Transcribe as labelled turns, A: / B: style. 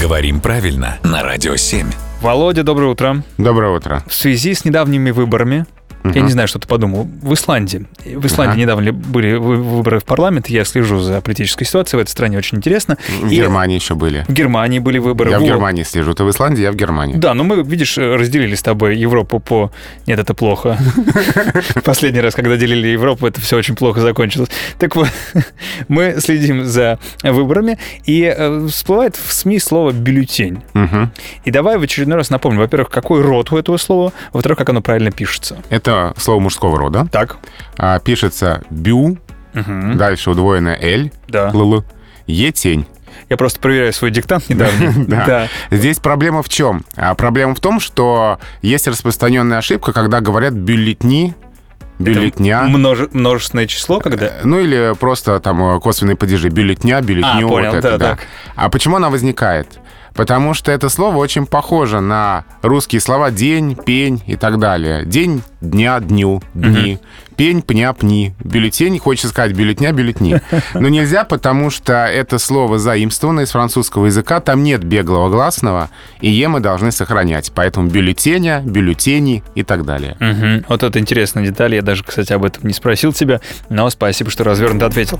A: Говорим правильно на Радио 7.
B: Володя, доброе утро.
C: Доброе утро.
B: В связи с недавними выборами, я не знаю, что ты подумал, в Исландии. В Исландии недавно ли были вы- выборы в парламент, я слежу за политической ситуацией, в этой стране очень интересно.
C: В
B: И
C: Германии еще были.
B: В Германии были выборы.
C: Я в
B: Вот.
C: Германии слежу. Ты в Исландии, я в Германии.
B: Да, но мы, видишь, разделили с тобой Европу по... Нет, это плохо. Последний раз, когда делили Европу, это все очень плохо закончилось. Так вот, мы следим за выборами, и э, всплывает в СМИ слово «бюллетень».
C: Мгм.
B: И давай в очередной раз напомним, во-первых, какой род у этого слова, во-вторых, как оно правильно пишется.
C: Это слово мужского рода.
B: Так.
C: А, пишется бю, дальше удвоенное эль,
B: Да.
C: лл, етень.
B: Я просто проверяю свой диктант недавний.
C: Да. Здесь проблема в чем? А, проблема в том, что есть распространенная ошибка, когда говорят бюллетни, бюллетня.
B: Множе- множественное число, когда...
C: Ну или просто там э, косвенные падежи. Бюллетня, бюллетню.
B: А,
C: вот
B: понял,
C: это,
B: да,
C: да.
B: так.
C: А почему она возникает? Потому что это слово очень похоже на русские слова день, пень и так далее. День, дня, дню, дни. Пень, пня, пни. Бюллетень, хочется сказать бюллетня, бюллетни. Но нельзя, потому что это слово заимствовано из французского языка. Там нет беглого гласного, и «е» мы должны сохранять. Поэтому бюллетеня, бюллетени и так далее.
B: Э. Мгм. Вот это интересная деталь. Я даже, кстати, об этом не спросил тебя, но спасибо, что развернуто ответил.